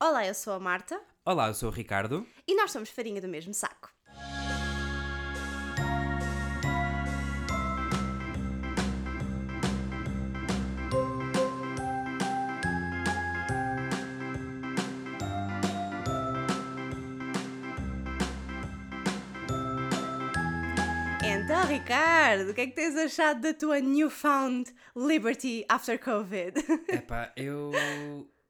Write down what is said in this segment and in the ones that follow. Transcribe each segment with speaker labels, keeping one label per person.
Speaker 1: Olá, eu sou a Marta
Speaker 2: Olá, eu sou o Ricardo.
Speaker 1: e nós somos farinha do mesmo saco. Então, Ricardo, o que é que tens achado da tua newfound liberty after COVID?
Speaker 2: Epá, eu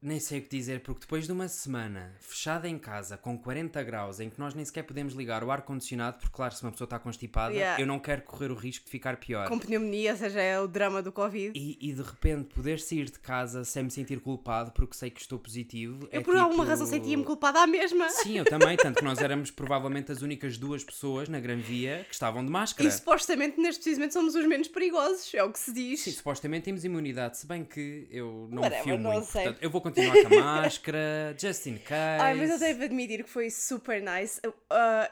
Speaker 2: nem sei o que dizer, porque depois de uma semana fechada em casa, com 40 graus, em que nós nem sequer podemos ligar o ar-condicionado, porque claro, se uma pessoa está constipada,
Speaker 1: Yeah.
Speaker 2: eu não quero correr o risco de ficar pior.
Speaker 1: Com pneumonia, ou seja, é o drama do Covid.
Speaker 2: E, e de repente poder sair de casa sem me sentir culpado porque sei que estou positivo. é tipo
Speaker 1: Eu, por alguma razão, sentia-me culpada à mesma.
Speaker 2: Sim, eu também, tanto que nós éramos provavelmente as únicas duas pessoas na Gran Via que estavam de máscara.
Speaker 1: E supostamente neste precisamente somos os menos perigosos, é o que se diz.
Speaker 2: Sim, supostamente temos imunidade, se bem que eu não
Speaker 1: Whatever,
Speaker 2: filmo
Speaker 1: não
Speaker 2: muito,
Speaker 1: sei.
Speaker 2: portanto, eu vou continuar com a máscara, just in case.
Speaker 1: Ai, mas eu devo admitir que foi super nice uh, uh,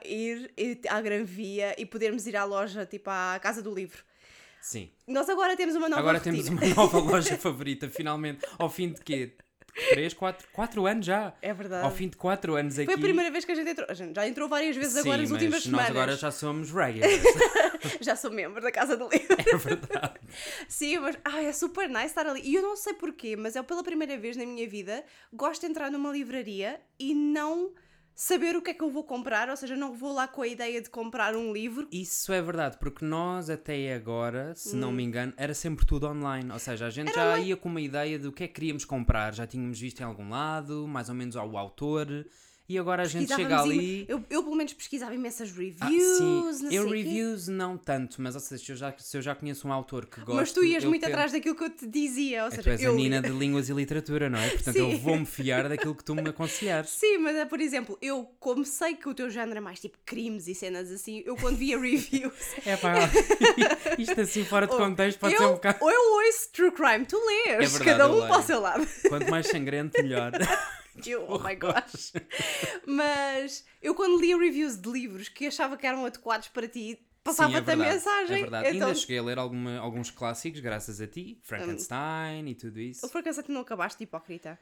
Speaker 1: ir ir à Gran Via e podermos ir à loja, tipo à Casa do Livro.
Speaker 2: Sim.
Speaker 1: Nós agora temos uma nova
Speaker 2: Agora
Speaker 1: rotina.
Speaker 2: temos uma nova loja favorita, finalmente, ao fim de quê? 3, 4, 4 anos já.
Speaker 1: É verdade.
Speaker 2: Ao fim de 4 anos aqui.
Speaker 1: Foi a primeira vez que a gente entrou. A gente já entrou várias vezes
Speaker 2: Sim,
Speaker 1: agora nas
Speaker 2: mas
Speaker 1: últimas
Speaker 2: nós
Speaker 1: semanas.
Speaker 2: agora já somos regulars.
Speaker 1: Já sou membro da Casa do Livro.
Speaker 2: é verdade.
Speaker 1: Sim, mas ai, é super nice estar ali. E eu não sei porquê, mas eu pela primeira vez na minha vida gosto de entrar numa livraria e não saber o que é que eu vou comprar, ou seja, não vou lá com a ideia de comprar um livro.
Speaker 2: Isso é verdade, porque nós até agora, se não
Speaker 1: Hum.
Speaker 2: me engano, era sempre tudo online. Ou seja, a gente já ia com uma ideia do que é que queríamos comprar. Já tínhamos visto em algum lado, mais ou menos ao autor. E agora a gente chega
Speaker 1: Pesquisávamos
Speaker 2: ali.
Speaker 1: im- Eu, eu, pelo menos pesquisava imensas
Speaker 2: Ah,
Speaker 1: reviews,
Speaker 2: sim,
Speaker 1: não
Speaker 2: eu
Speaker 1: sei o quê.
Speaker 2: reviews não tanto, mas ou seja, se eu já, se eu já conheço um autor que gosta.
Speaker 1: Mas tu ias muito atrás daquilo que eu te dizia, ou
Speaker 2: É,
Speaker 1: seja,
Speaker 2: tu és
Speaker 1: eu
Speaker 2: a Nina de Línguas e Literatura, não é? Portanto,
Speaker 1: Sim.
Speaker 2: eu vou-me fiar daquilo que tu me aconselhares.
Speaker 1: Sim, mas é, por exemplo, eu como sei que o teu género é mais tipo crimes e cenas assim, eu quando via reviews,
Speaker 2: É pá, isto assim fora de
Speaker 1: Ou
Speaker 2: contexto
Speaker 1: Oh,
Speaker 2: pode
Speaker 1: eu,
Speaker 2: ser um bocado.
Speaker 1: ou eu ouço true crime, tu lês,
Speaker 2: É verdade,
Speaker 1: cada
Speaker 2: eu
Speaker 1: um
Speaker 2: leio.
Speaker 1: para o seu lado.
Speaker 2: Quanto mais sangrento, melhor.
Speaker 1: Eu, oh my gosh. Mas eu quando lia reviews de livros que achava que eram adequados para ti,
Speaker 2: Sim, é
Speaker 1: passava-te a
Speaker 2: verdade,
Speaker 1: mensagem.
Speaker 2: É verdade.
Speaker 1: Então,
Speaker 2: Ainda cheguei a ler alguma- alguns clássicos, graças a ti. Frankenstein e tudo isso.
Speaker 1: por acaso tu não acabaste de hipócrita.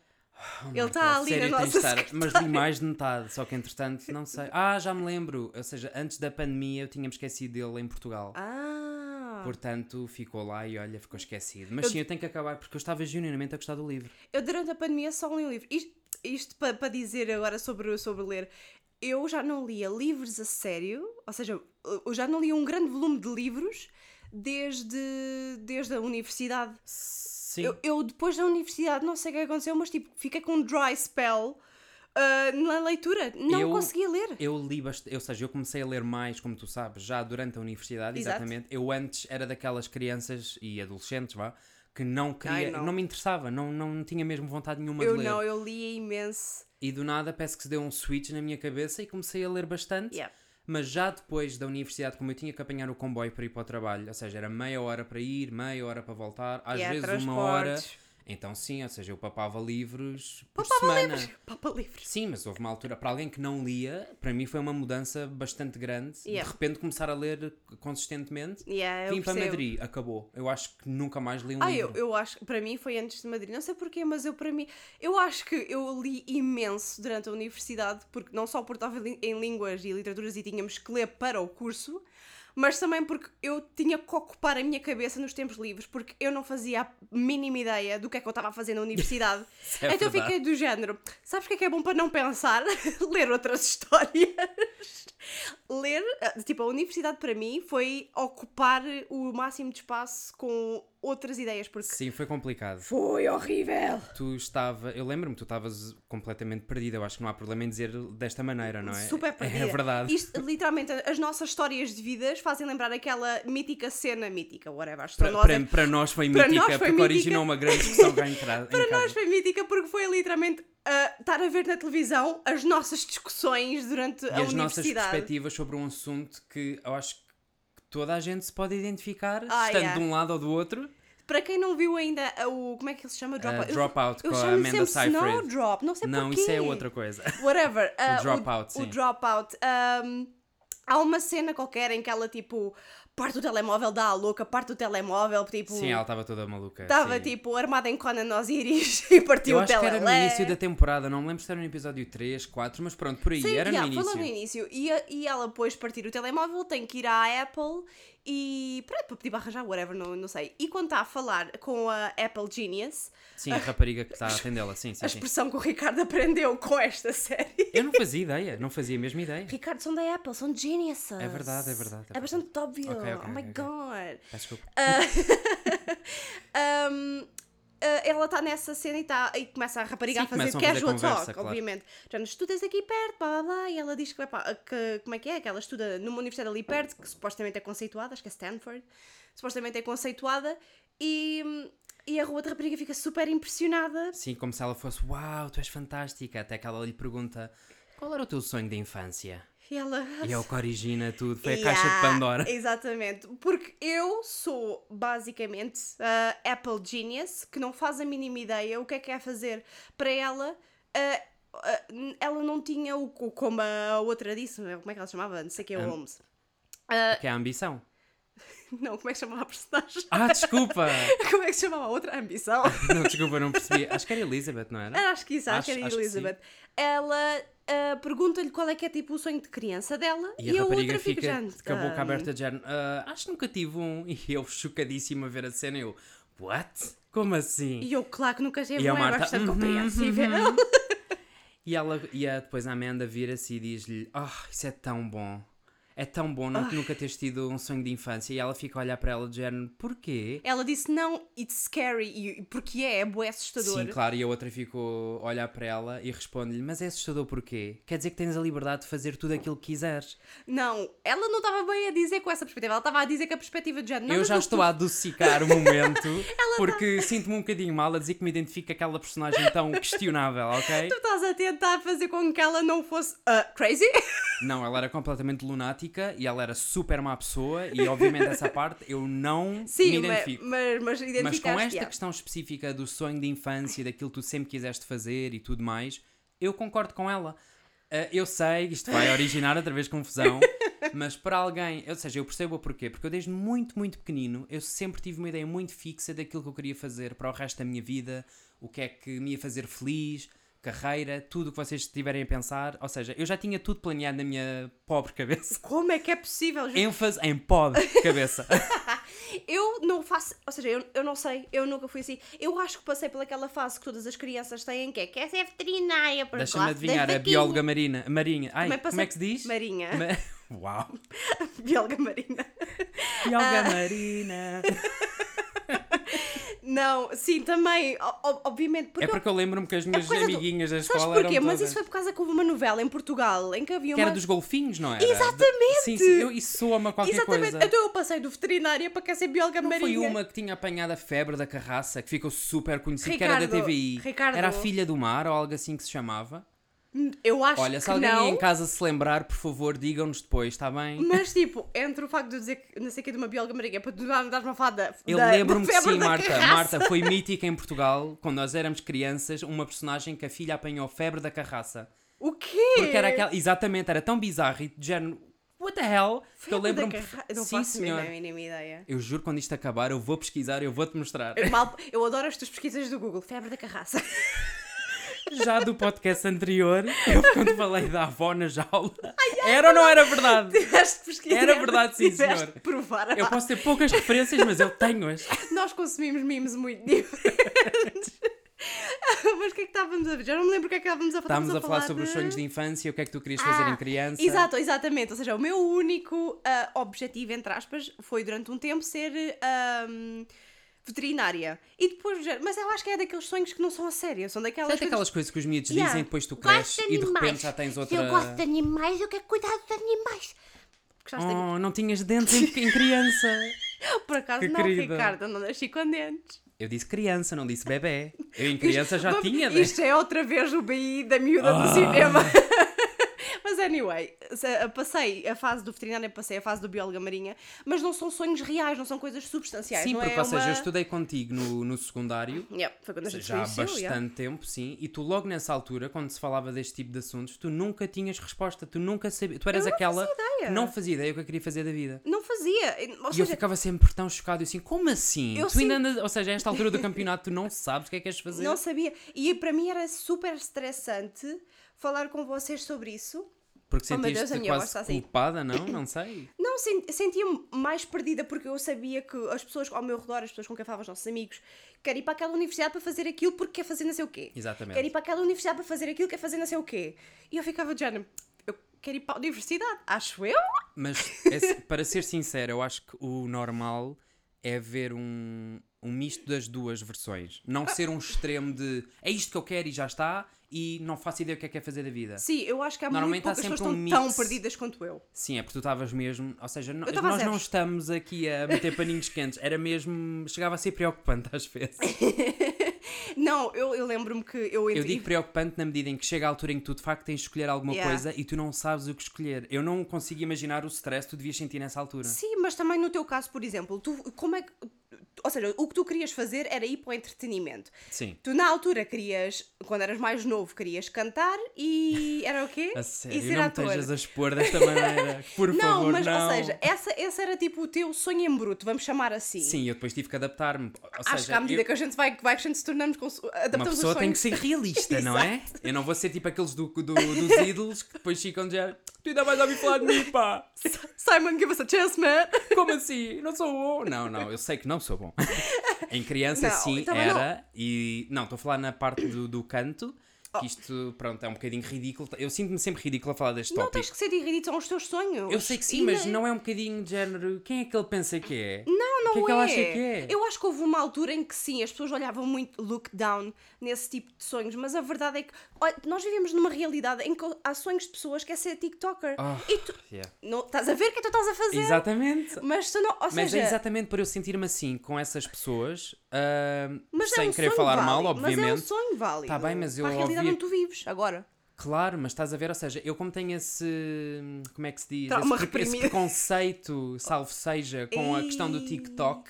Speaker 2: Oh
Speaker 1: Ele
Speaker 2: my
Speaker 1: está
Speaker 2: God,
Speaker 1: ali
Speaker 2: sério,
Speaker 1: na
Speaker 2: tens
Speaker 1: nossa
Speaker 2: de estar- Mas li mais de metade, só que entretanto, não sei. Ah, já me lembro. Ou seja, antes da pandemia eu tinha-me esquecido dele em Portugal.
Speaker 1: Ah!
Speaker 2: Portanto, ficou lá e olha, ficou esquecido. Mas sim, eu tenho que acabar porque eu estava genuinamente a gostar do livro.
Speaker 1: Eu durante a pandemia só li um livro. Isto, isto para dizer agora sobre, sobre ler. Eu já não lia livros a sério, ou seja, eu já não lia um grande volume de livros desde, desde a universidade.
Speaker 2: Sim.
Speaker 1: Eu, eu depois da universidade não sei o que aconteceu, mas tipo, fiquei com um dry spell ah, na leitura. Não
Speaker 2: Eu-
Speaker 1: conseguia ler.
Speaker 2: Eu li bastante, ou seja, eu comecei a ler mais, como tu sabes, já durante a universidade,
Speaker 1: Exato.
Speaker 2: exatamente. Eu antes era daquelas crianças e adolescentes, vá, que não queria,
Speaker 1: não.
Speaker 2: não. me interessava, não, não tinha mesmo vontade nenhuma
Speaker 1: Eu
Speaker 2: de ler.
Speaker 1: não, eu lia imenso.
Speaker 2: E do nada parece que se deu um switch na minha cabeça e comecei a ler bastante.
Speaker 1: Yeah.
Speaker 2: Mas já depois da universidade, como eu tinha que apanhar o comboio para ir para o trabalho, ou seja, era meia hora para ir, meia hora para voltar, às
Speaker 1: Yeah,
Speaker 2: vezes uma hora.
Speaker 1: transportes.
Speaker 2: Então sim, ou seja, eu papava livros por semana.
Speaker 1: Papa livros.
Speaker 2: Sim, mas houve uma altura, para alguém que não lia, para mim foi uma mudança bastante grande.
Speaker 1: Yeah.
Speaker 2: De repente começar a ler consistentemente.
Speaker 1: Yeah, eu
Speaker 2: Vim para
Speaker 1: percebo.
Speaker 2: Madrid, acabou. Eu acho que nunca mais li um
Speaker 1: Ah, eu,
Speaker 2: livro.
Speaker 1: eu acho, para mim foi antes de Madrid, não sei porquê, mas eu para mim, eu acho que eu li imenso durante a universidade, porque não só portava em línguas e literaturas e tínhamos que ler para o curso, mas também porque eu tinha que ocupar a minha cabeça nos tempos livres, porque eu não fazia a mínima ideia do que é que eu estava a fazer na universidade.
Speaker 2: Isso é
Speaker 1: então eu
Speaker 2: verdade.
Speaker 1: fiquei do género, sabes o que é que é bom para não pensar? ler outras histórias. ler, eh, tipo, a universidade para mim foi ocupar o máximo de espaço com outras ideias, porque
Speaker 2: Sim, foi complicado.
Speaker 1: foi horrível.
Speaker 2: Tu estava, eu lembro-me, tu estavas completamente perdida. Eu acho que não há problema em dizer desta maneira, não é?
Speaker 1: Super perdida.
Speaker 2: É verdade.
Speaker 1: Isto, literalmente, as nossas histórias de vidas fazem lembrar aquela mítica cena mítica, whatever. Acho que
Speaker 2: Para,
Speaker 1: nós é-
Speaker 2: para, para nós foi
Speaker 1: Para
Speaker 2: mítica,
Speaker 1: nós foi
Speaker 2: porque
Speaker 1: mítica.
Speaker 2: originou uma grande discussão cá em casa.
Speaker 1: para nós foi mítica porque foi literalmente ah, estar a ver na televisão as nossas discussões durante
Speaker 2: e
Speaker 1: a
Speaker 2: as nossas
Speaker 1: universidade.
Speaker 2: perspectivas sobre um assunto que eu acho que toda a gente se pode identificar,
Speaker 1: Ah,
Speaker 2: estando
Speaker 1: yeah.
Speaker 2: de um lado ou do outro.
Speaker 1: Para quem não viu ainda ah, o. Como é que ele se chama?
Speaker 2: Ah,
Speaker 1: Dropout. Eu-
Speaker 2: Dropout
Speaker 1: eu
Speaker 2: com a
Speaker 1: chamo-lhe
Speaker 2: Amanda
Speaker 1: sempre
Speaker 2: Seyfried.
Speaker 1: Snowdrop, não sei
Speaker 2: Não,
Speaker 1: porquê.
Speaker 2: isso é outra coisa.
Speaker 1: Whatever. ah,
Speaker 2: Dropout,
Speaker 1: O
Speaker 2: sim.
Speaker 1: Dropout. ahm, há uma cena qualquer em que ela tipo parte do telemóvel da louca, parte do telemóvel, tipo.
Speaker 2: Sim, ela estava toda maluca.
Speaker 1: Estava
Speaker 2: sim.
Speaker 1: tipo armada em Conan Osiris e partiu
Speaker 2: Eu
Speaker 1: o
Speaker 2: acho que era no
Speaker 1: telelé.
Speaker 2: início da temporada, não me lembro se era no episódio 3, 4, mas pronto, por aí,
Speaker 1: Sim,
Speaker 2: era
Speaker 1: yeah,
Speaker 2: no
Speaker 1: foi
Speaker 2: início.
Speaker 1: logo no início. E, a- e ela depois partir o telemóvel, tem que ir à Apple e pronto, para pedir para arranjar whatever, não, não sei. E quando está a falar com a Apple Genius,
Speaker 2: Sim, a rapariga que está a atendê-la, sim,
Speaker 1: a
Speaker 2: sim, sim.
Speaker 1: expressão que o Ricardo aprendeu com esta série.
Speaker 2: Eu não fazia ideia, não fazia a mesma ideia.
Speaker 1: Ricardo, são da Apple, são geniuses.
Speaker 2: É verdade, é verdade, é
Speaker 1: É bastante óbvio.
Speaker 2: Ok, ok,
Speaker 1: oh my
Speaker 2: ok.
Speaker 1: god.
Speaker 2: Peço desculpa.
Speaker 1: Um, uh, ela está nessa cena e, tá, e começa a rapariga
Speaker 2: Sim,
Speaker 1: a fazer
Speaker 2: começam a fazer
Speaker 1: casual
Speaker 2: conversa,
Speaker 1: talk,
Speaker 2: claro.
Speaker 1: obviamente. Já nos estudas aqui perto, blá blá blá, e ela diz que, epá, que- como é que é, que ela estuda numa universidade ali perto, que supostamente é conceituada, acho que é Stanford, supostamente é conceituada, e, e a outra rapariga fica super impressionada.
Speaker 2: Sim, como se ela fosse, uau, tu és fantástica. Até que ela lhe pergunta, qual era o teu sonho de infância?
Speaker 1: E ela.
Speaker 2: E é o que origina tudo, foi a
Speaker 1: Yeah,
Speaker 2: caixa de Pandora.
Speaker 1: Exatamente. Porque eu sou basicamente a Apple Genius, que não faz a mínima ideia o que é que é fazer para ela. ah, ah, n- ela não tinha o, co- como a outra disse, não é? como é que ela se chamava? Não sei quem é o
Speaker 2: Am-
Speaker 1: Holmes.
Speaker 2: Que é a ambição.
Speaker 1: Não, como é que chamava a personagem?
Speaker 2: Ah, desculpa!
Speaker 1: Como é que se chamava a outra? A ambição?
Speaker 2: não, desculpa, não percebi. Acho que era Elizabeth, não era?
Speaker 1: Era, acho que isso, acho, que
Speaker 2: Acho-
Speaker 1: era
Speaker 2: acho que
Speaker 1: Elizabeth. Ela ah, pergunta-lhe qual é que é tipo o sonho de criança dela
Speaker 2: E a, rapariga
Speaker 1: outra
Speaker 2: fica
Speaker 1: fica, já,
Speaker 2: com a boca
Speaker 1: ah,
Speaker 2: aberta de género. "Ah, acho que nunca tive um. E eu chocadíssimo a ver a cena. Eu, what? Como assim?
Speaker 1: E eu, claro que nunca tive
Speaker 2: E a
Speaker 1: uma, é
Speaker 2: Marta,
Speaker 1: bastante
Speaker 2: uhum,
Speaker 1: compreensível.
Speaker 2: E, ela, e a, depois a Amanda vira-se e diz-lhe: Ah, isso é tão bom. É tão bom não,
Speaker 1: Ah.
Speaker 2: nunca teres tido um sonho de infância. E ela fica a olhar para ela de género: Porquê?
Speaker 1: Ela disse não, it's scary, e- e porque é, é bué assustador.
Speaker 2: Sim, claro. E a outra ficou a olhar para ela e responde-lhe: Mas é assustador porquê? Quer dizer que tens a liberdade de fazer tudo aquilo que quiseres.
Speaker 1: Não, ela não estava bem a dizer com essa perspectiva, ela estava a dizer que a perspectiva de género. não,
Speaker 2: eu
Speaker 1: mas
Speaker 2: já
Speaker 1: não
Speaker 2: estou a adocicar o momento
Speaker 1: tá-
Speaker 2: porque sinto-me um bocadinho mal a dizer que me identifico aquela personagem tão questionável, ok?
Speaker 1: Tu estás a tentar fazer com que ela não fosse ah, crazy?
Speaker 2: Não, ela era completamente lunática e ela era super má pessoa e obviamente essa parte eu não me
Speaker 1: Sim, mas,
Speaker 2: identifico.
Speaker 1: mas, mas
Speaker 2: Mas com
Speaker 1: identificaste.
Speaker 2: esta
Speaker 1: yeah.
Speaker 2: questão específica do sonho de infância, daquilo que tu sempre quiseste fazer e tudo mais, eu concordo com ela. Ah, eu sei, isto vai originar outra vez confusão, mas para alguém, ou seja, eu percebo o porquê, porque eu desde muito, muito pequenino, eu sempre tive uma ideia muito fixa daquilo que eu queria fazer para o resto da minha vida, o que é que me ia fazer feliz, carreira, tudo o que vocês estiverem a pensar, ou seja, eu já tinha tudo planeado na minha pobre cabeça.
Speaker 1: Como é que é possível? gente?
Speaker 2: ênfase em pobre cabeça.
Speaker 1: Eu não faço, ou seja, eu, eu não sei, eu nunca fui assim. Eu acho que passei pelaquela fase que todas as crianças têm, que é quer ser veterinária, porque
Speaker 2: Deixa-me
Speaker 1: gosto das
Speaker 2: adivinhar, a
Speaker 1: vaquinhas.
Speaker 2: bióloga marina, marinha. Ai,
Speaker 1: Também
Speaker 2: como
Speaker 1: passei-
Speaker 2: é que se diz?
Speaker 1: Marinha.
Speaker 2: Ma- Uau!
Speaker 1: Bióloga marina. Ah.
Speaker 2: Bióloga
Speaker 1: É
Speaker 2: marina!
Speaker 1: Não, sim, também, o- o- obviamente, porque
Speaker 2: É porque eu lembro-me que as minhas
Speaker 1: coisa do-
Speaker 2: amiguinhas da
Speaker 1: Sabes
Speaker 2: escola
Speaker 1: porquê?
Speaker 2: eram
Speaker 1: Mas
Speaker 2: todas...
Speaker 1: isso foi por causa que houve uma novela em Portugal em que havia
Speaker 2: Que
Speaker 1: uma.
Speaker 2: era dos golfinhos, não era?
Speaker 1: Exatamente!
Speaker 2: Sim, sim, eu, isso soa-me a qualquer
Speaker 1: Exatamente,
Speaker 2: coisa.
Speaker 1: então eu passei do veterinária para quer ser bióloga
Speaker 2: Não
Speaker 1: marinha.
Speaker 2: Foi uma que tinha apanhado a febre da carraça, que ficou super conhecida, que era da
Speaker 1: Ricardo,
Speaker 2: TVI.
Speaker 1: Ricardo.
Speaker 2: Era a filha do mar ou algo assim que se chamava.
Speaker 1: Hum, Eu acho
Speaker 2: Olha, se
Speaker 1: que
Speaker 2: alguém
Speaker 1: não,
Speaker 2: em casa se lembrar, por favor, digam-nos depois, está bem?
Speaker 1: mas tipo, entre o facto de eu dizer que não sei o que de uma bióloga marinha para tu não andares uma fada.
Speaker 2: Eu
Speaker 1: da-
Speaker 2: lembro-me
Speaker 1: da
Speaker 2: que
Speaker 1: febre
Speaker 2: sim,
Speaker 1: da
Speaker 2: Marta.
Speaker 1: carraça.
Speaker 2: Marta foi mítica em Portugal, quando nós éramos crianças, uma personagem que a filha apanhou febre da carraça.
Speaker 1: O quê?
Speaker 2: Porque era aquela. Exatamente, era tão bizarro e de género. What the hell?
Speaker 1: Febre
Speaker 2: que eu
Speaker 1: da
Speaker 2: lembro-me.
Speaker 1: carra- Eu Não
Speaker 2: Sim,
Speaker 1: faço né?
Speaker 2: senhor.
Speaker 1: a mínima ideia.
Speaker 2: Eu juro, quando isto acabar, eu vou pesquisar, eu vou-te mostrar.
Speaker 1: Eu, mal- eu adoro as tuas pesquisas do Google. Febre da carraça.
Speaker 2: Já do podcast anterior, eu quando falei da avó na jaula, era ou não era verdade?
Speaker 1: Tiveste pesquisa.
Speaker 2: Era verdade, sim,
Speaker 1: tiveste
Speaker 2: senhor.
Speaker 1: de provar.
Speaker 2: Eu posso ter poucas referências, mas eu tenho-as.
Speaker 1: Nós consumimos memes muito diferentes. Mas o que é que estávamos a ver? Já não me lembro o que é que estávamos a falar.
Speaker 2: Estávamos a falar sobre
Speaker 1: de-
Speaker 2: os sonhos de infância, o que é que tu querias fazer
Speaker 1: Ah,
Speaker 2: em criança.
Speaker 1: Exato, exatamente. Ou seja, o meu único ah, objetivo, entre aspas, foi durante um tempo ser ahm, veterinária. E depois, já- mas eu acho que é daqueles sonhos que não são a sério, são daquelas.
Speaker 2: Sabe
Speaker 1: coisas-
Speaker 2: é aquelas coisas que os miúdos
Speaker 1: Yeah.
Speaker 2: dizem depois tu
Speaker 3: Gosto
Speaker 2: cresces e de repente
Speaker 3: animais.
Speaker 2: já tens
Speaker 3: Se
Speaker 2: outra.
Speaker 3: Eu gosto de animais, eu quero cuidar dos animais.
Speaker 1: Gostaste de-
Speaker 2: Oh, não tinhas dentes em, em criança.
Speaker 1: Por acaso
Speaker 2: que
Speaker 1: não,
Speaker 2: querida.
Speaker 1: Ricardo, eu não nasci com dentes.
Speaker 2: Eu disse criança, não disse bebê. Eu em criança já né?
Speaker 1: Vamos-
Speaker 2: tinha dentes.
Speaker 1: Isto é outra vez o BI da miúda do
Speaker 2: Ah.
Speaker 1: cinema. mas é anyway, se- passei a fase do veterinário, né, passei a fase do bióloga marinha, mas não são sonhos reais, não são coisas substanciais.
Speaker 2: Sim,
Speaker 1: não
Speaker 2: porque,
Speaker 1: é
Speaker 2: ou seja,
Speaker 1: uma... é
Speaker 2: eu estudei contigo no, no secundário,
Speaker 1: Yeah, foi quando a gente
Speaker 2: já há
Speaker 1: se
Speaker 2: bastante
Speaker 1: conheceu, yeah.
Speaker 2: tempo, sim, e tu logo nessa altura, quando se falava deste tipo de assuntos, tu nunca tinhas resposta, tu nunca sabias, tu eras
Speaker 1: não
Speaker 2: aquela
Speaker 1: fazia ideia.
Speaker 2: que não fazia ideia o que eu queria fazer da vida.
Speaker 1: Não fazia. e- Ou
Speaker 2: E eu
Speaker 1: seja,
Speaker 2: ficava sempre tão chocado, eu assim, como assim?
Speaker 1: Eu
Speaker 2: tu ainda andas- ou seja, a esta altura do campeonato tu não sabes o que é que queres fazer.
Speaker 1: não sabia. E para mim era super estressante falar com vocês sobre isso.
Speaker 2: Porque
Speaker 1: Oh, meu
Speaker 2: sentiste-te
Speaker 1: Deus, a minha voz
Speaker 2: quase
Speaker 1: está assim.
Speaker 2: culpada, não? Não sei.
Speaker 1: Não, sen- sentia-me mais perdida porque eu sabia que as pessoas ao meu redor, as pessoas com quem falava, os nossos amigos, quer ir para aquela universidade para fazer aquilo porque quer fazer não sei o quê.
Speaker 2: Exatamente.
Speaker 1: Quer ir para aquela universidade para fazer aquilo, quer fazer não sei o quê. E eu ficava de género, eu quero ir para a universidade, acho eu.
Speaker 2: Mas é se- para ser sincero, eu acho que o normal é ver um, um misto das duas versões. Não ser um extremo de é isto que eu quero e já está, e não faço ideia o que é que é fazer da vida.
Speaker 1: Sim, eu acho que há muito
Speaker 2: Normalmente há
Speaker 1: poucas pessoas que estão
Speaker 2: sempre um
Speaker 1: tão
Speaker 2: mix.
Speaker 1: perdidas quanto eu.
Speaker 2: Sim, é porque tu estavas mesmo. Ou seja, no-
Speaker 1: Eu tava a
Speaker 2: nós não
Speaker 1: zeros.
Speaker 2: estamos aqui a meter paninhos quentes. Era mesmo. Chegava a ser preocupante às vezes.
Speaker 1: Não, eu, eu lembro-me que eu
Speaker 2: Eu
Speaker 1: entrei.
Speaker 2: digo preocupante na medida em que chega a altura em que tu de facto tens de escolher alguma
Speaker 1: Yeah.
Speaker 2: coisa e tu não sabes o que escolher. Eu não consigo imaginar o stress que tu devias sentir nessa altura.
Speaker 1: Sim, mas também no teu caso, por exemplo, tu como é que. Ou seja, o que tu querias fazer era ir para o entretenimento.
Speaker 2: Sim.
Speaker 1: Tu na altura querias, quando eras mais novo, querias cantar e era o quê?
Speaker 2: A sério,
Speaker 1: e ser
Speaker 2: não me
Speaker 1: ator.
Speaker 2: estejas a expor desta maneira. Por
Speaker 1: não,
Speaker 2: favor,
Speaker 1: mas
Speaker 2: não.
Speaker 1: ou seja, essa, esse era tipo o teu sonho em bruto, vamos chamar assim.
Speaker 2: Sim, eu depois tive que adaptar-me. Ou
Speaker 1: Acho que
Speaker 2: seja,
Speaker 1: à medida
Speaker 2: eu-
Speaker 1: que a gente vai, vai crescendo, se tornamos cons-
Speaker 2: uma
Speaker 1: adaptamos
Speaker 2: pessoa
Speaker 1: os
Speaker 2: tem que
Speaker 1: sonhos.
Speaker 2: ser realista, não é? Eu não vou ser tipo aqueles do, do- dos ídolos que depois ficam já. Tu ainda vais ouvir falar de mim, pá!
Speaker 1: Simon, give us a chance, man!
Speaker 2: Como assim? Não sou bom! Não, não, eu sei que não sou bom. em criança,
Speaker 1: Não, Oh.
Speaker 2: sim,
Speaker 1: também
Speaker 2: era. E não, estou a falar na parte do, do canto. Que isto, pronto, é um bocadinho ridículo. Eu sinto-me sempre ridículo a falar deste
Speaker 1: Não tá
Speaker 2: tópico.
Speaker 1: tens que ser irradido, são os teus sonhos.
Speaker 2: Eu sei que sim,
Speaker 1: E
Speaker 2: mas
Speaker 1: na-
Speaker 2: não é um bocadinho de género. Quem é que ele pensa que é? Não,
Speaker 1: Não
Speaker 2: Quem é
Speaker 1: é.
Speaker 2: que ele acha que é?
Speaker 1: Eu acho que houve uma altura em que sim, as pessoas olhavam muito look down nesse tipo de sonhos, mas a verdade é que olha, nós vivemos numa realidade em que há sonhos de pessoas que é ser TikToker.
Speaker 2: Ah,
Speaker 1: E tu
Speaker 2: yeah.
Speaker 1: não, estás a ver o que é que tu estás a fazer?
Speaker 2: Exatamente.
Speaker 1: Mas tu não, ou
Speaker 2: Mas
Speaker 1: seja,
Speaker 2: é exatamente para eu sentir-me assim com essas pessoas, ahm,
Speaker 1: mas
Speaker 2: sem
Speaker 1: é um
Speaker 2: querer
Speaker 1: sonho
Speaker 2: falar mal,
Speaker 1: válido, Mas é um
Speaker 2: obviamente.
Speaker 1: sonho válido.
Speaker 2: Tá bem, mas eu
Speaker 1: Para a realidade
Speaker 2: ouvi-
Speaker 1: onde tu vives, agora.
Speaker 2: Claro, mas estás a ver, ou seja, eu como tenho esse. Como é que se diz?
Speaker 1: Trauma
Speaker 2: esse, pre- esse
Speaker 1: reprimido.
Speaker 2: preconceito, salvo seja, com a questão do
Speaker 1: Ei.
Speaker 2: TikTok.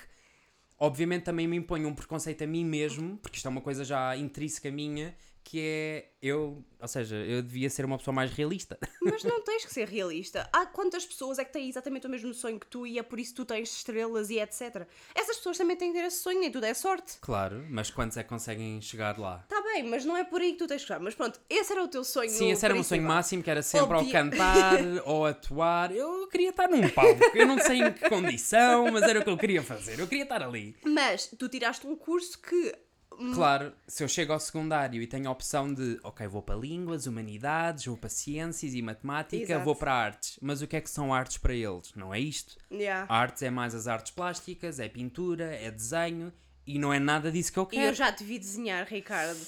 Speaker 2: Obviamente também me imponho um preconceito a mim mesmo, porque isto é uma coisa já intrínseca minha, que é eu, ou seja, eu devia ser uma pessoa mais realista.
Speaker 1: Mas não tens que ser realista. Há quantas pessoas é que têm exatamente o mesmo sonho que tu e é por isso que tu tens estrelas e etc. Essas pessoas também têm que ter esse sonho e tudo é sorte.
Speaker 2: Claro, mas quantos é que conseguem chegar lá?
Speaker 1: Tá bem, mas não é por aí que tu tens que chegar. Mas pronto, esse era o teu sonho.
Speaker 2: Sim, esse era o meu sonho
Speaker 1: principal.
Speaker 2: máximo, que era sempre ao
Speaker 1: Obvi-
Speaker 2: cantar ou atuar. Eu queria estar num palco, eu não sei em que condição, mas era o que eu queria fazer, eu queria estar ali.
Speaker 1: Mas tu tiraste um curso que. Hum.
Speaker 2: Claro, se eu chego ao secundário e tenho a opção de, ok, vou para línguas, humanidades, vou para ciências e matemática,
Speaker 1: Exato.
Speaker 2: vou para artes. Mas o que é que são artes para eles? Não é isto.
Speaker 1: Yeah.
Speaker 2: Artes é mais as artes plásticas, é pintura, é desenho e não é nada disso que eu
Speaker 1: E eu
Speaker 2: quero.
Speaker 1: já te vi desenhar, Ricardo.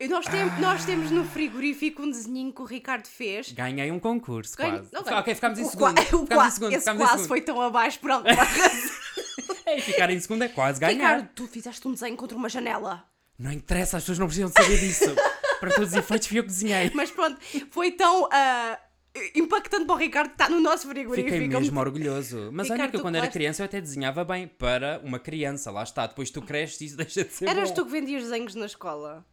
Speaker 1: E nós, tem-
Speaker 2: Ah.
Speaker 1: nós temos no frigorífico um desenhinho que o Ricardo fez.
Speaker 2: Ganhei um concurso,
Speaker 1: Ganho-
Speaker 2: quase.
Speaker 1: não
Speaker 2: Fica-
Speaker 1: ganho.
Speaker 2: ok, ficámos em
Speaker 1: O
Speaker 2: segundo.
Speaker 1: qua- o
Speaker 2: Ficámos
Speaker 1: qua-
Speaker 2: em segundo,
Speaker 1: Esse
Speaker 2: ficámos em
Speaker 1: quase
Speaker 2: segundo.
Speaker 1: foi tão abaixo por alguma razão.
Speaker 2: Ei, ficar em segundo é quase ganhar.
Speaker 1: Ricardo, tu fizeste um desenho contra uma janela.
Speaker 2: Não interessa, as pessoas não precisam de saber disso. Para todos os efeitos, fui eu que desenhei.
Speaker 1: Mas pronto, foi tão ah, impactante para o Ricardo que está no nosso frigorífico.
Speaker 2: Fiquei mesmo orgulhoso. Mas olha
Speaker 1: Ricardo,
Speaker 2: que eu,
Speaker 1: tu
Speaker 2: quando era
Speaker 1: colaste-
Speaker 2: criança, eu até desenhava bem para uma criança. Lá está, depois tu cresces e isso deixa de ser
Speaker 1: Eras
Speaker 2: bom.
Speaker 1: tu que vendias desenhos na escola.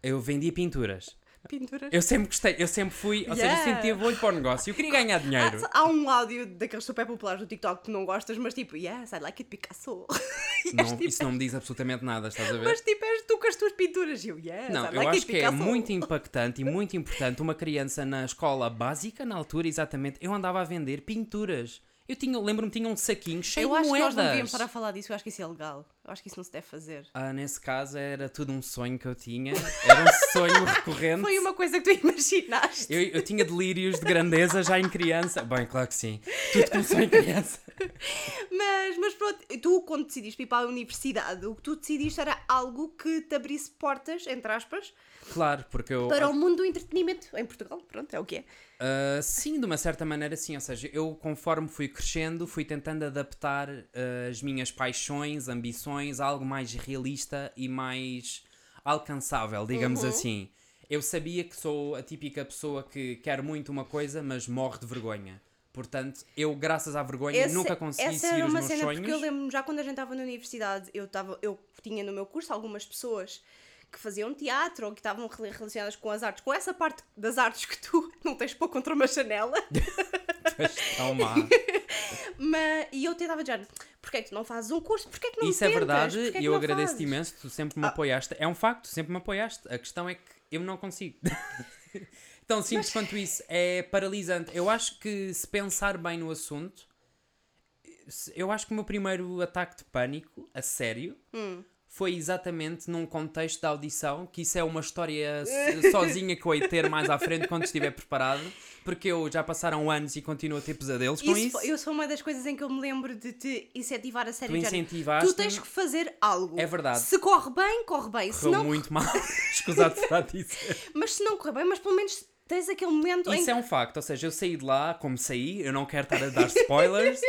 Speaker 2: Eu vendia pinturas.
Speaker 1: Pinturas.
Speaker 2: Eu sempre gostei, eu sempre fui, ou
Speaker 1: Yeah.
Speaker 2: seja, sentia olho para o negócio. Eu queria ganhar dinheiro.
Speaker 1: Há, há um áudio daqueles super populares do TikTok que não gostas, mas tipo, yes, I like it Picasso. E és
Speaker 2: Não,
Speaker 1: tipo,
Speaker 2: isso não me diz absolutamente nada, estás a ver?
Speaker 1: mas tipo, és tu com as tuas pinturas. E eu, yes,
Speaker 2: Não,
Speaker 1: I
Speaker 2: eu
Speaker 1: like
Speaker 2: acho
Speaker 1: it
Speaker 2: que é
Speaker 1: Picasso.
Speaker 2: muito impactante e muito importante uma criança na escola básica, na altura, exatamente, eu andava a vender pinturas. Eu tinha, lembro-me, tinha um saquinho cheio
Speaker 1: Eu acho
Speaker 2: de
Speaker 1: que
Speaker 2: moedas.
Speaker 1: nós não devíamos estar a falar disso, eu acho que isso é legal. Eu acho que isso não se deve fazer.
Speaker 2: Ah, nesse caso era tudo um sonho que eu tinha. Era um sonho recorrente.
Speaker 1: Foi uma coisa que tu imaginaste.
Speaker 2: Eu, eu tinha delírios de grandeza já em criança. Bem, claro que sim. Tudo começou em criança.
Speaker 1: Mas, mas pronto, tu quando decidiste ir para a universidade, o que tu decidiste era algo que te abrisse portas, entre aspas,
Speaker 2: Claro, porque eu.
Speaker 1: para o mundo do entretenimento em Portugal. Pronto, é o que é.
Speaker 2: ah, sim, de uma certa maneira, sim. Ou seja, eu, conforme fui crescendo, fui tentando adaptar ah, as minhas paixões,
Speaker 1: Uhum.
Speaker 2: ambições a algo mais realista e mais alcançável, digamos assim. Eu sabia que sou a típica pessoa que quer muito uma coisa, mas morre de vergonha. Portanto, eu, graças à vergonha,
Speaker 1: Essa-
Speaker 2: nunca consegui
Speaker 1: essa
Speaker 2: seguir
Speaker 1: era
Speaker 2: os
Speaker 1: uma
Speaker 2: meus
Speaker 1: cena
Speaker 2: sonhos.
Speaker 1: porque eu lembro já quando a gente estava na universidade eu tava, eu tinha no meu curso algumas pessoas que faziam teatro ou que estavam rela- relacionadas com as artes com essa parte das artes que tu não tens pôr contra uma janela
Speaker 2: Tão má.
Speaker 1: mas e eu tentava dizer porque é que tu não fazes um curso porque é que não
Speaker 2: Isso é
Speaker 1: tentas?
Speaker 2: verdade
Speaker 1: Porquê é que
Speaker 2: e eu
Speaker 1: não
Speaker 2: agradeço-te
Speaker 1: fazes?" Ah.
Speaker 2: imenso. Tu sempre me apoiaste. É um facto, sempre me apoiaste. A questão é que eu não consigo. Tão simples quanto isso. É paralisante. Eu acho que se pensar bem no assunto, se- eu acho que o meu primeiro ataque de pânico, a sério,
Speaker 1: Hum.
Speaker 2: foi exatamente num contexto da audição, que isso é uma história s- sozinha que eu hei de ter mais à frente quando estiver preparado, porque eu já passaram anos e continuo a ter pesadelos com
Speaker 1: Isso
Speaker 2: isso.
Speaker 1: foi- eu sou uma das coisas em que eu me lembro de te incentivar a sério.
Speaker 2: Tu
Speaker 1: de género,
Speaker 2: incentivaste-me.
Speaker 1: Tu tens que fazer algo.
Speaker 2: É verdade.
Speaker 1: Se corre bem, corre bem. Se
Speaker 2: Correu
Speaker 1: não,
Speaker 2: muito mal, escusado será dizer.
Speaker 1: Mas se não correr bem, mas pelo menos tens aquele momento em
Speaker 2: Isso
Speaker 1: que.
Speaker 2: é um facto, ou seja, eu saí de lá como saí, eu não quero estar a dar spoilers.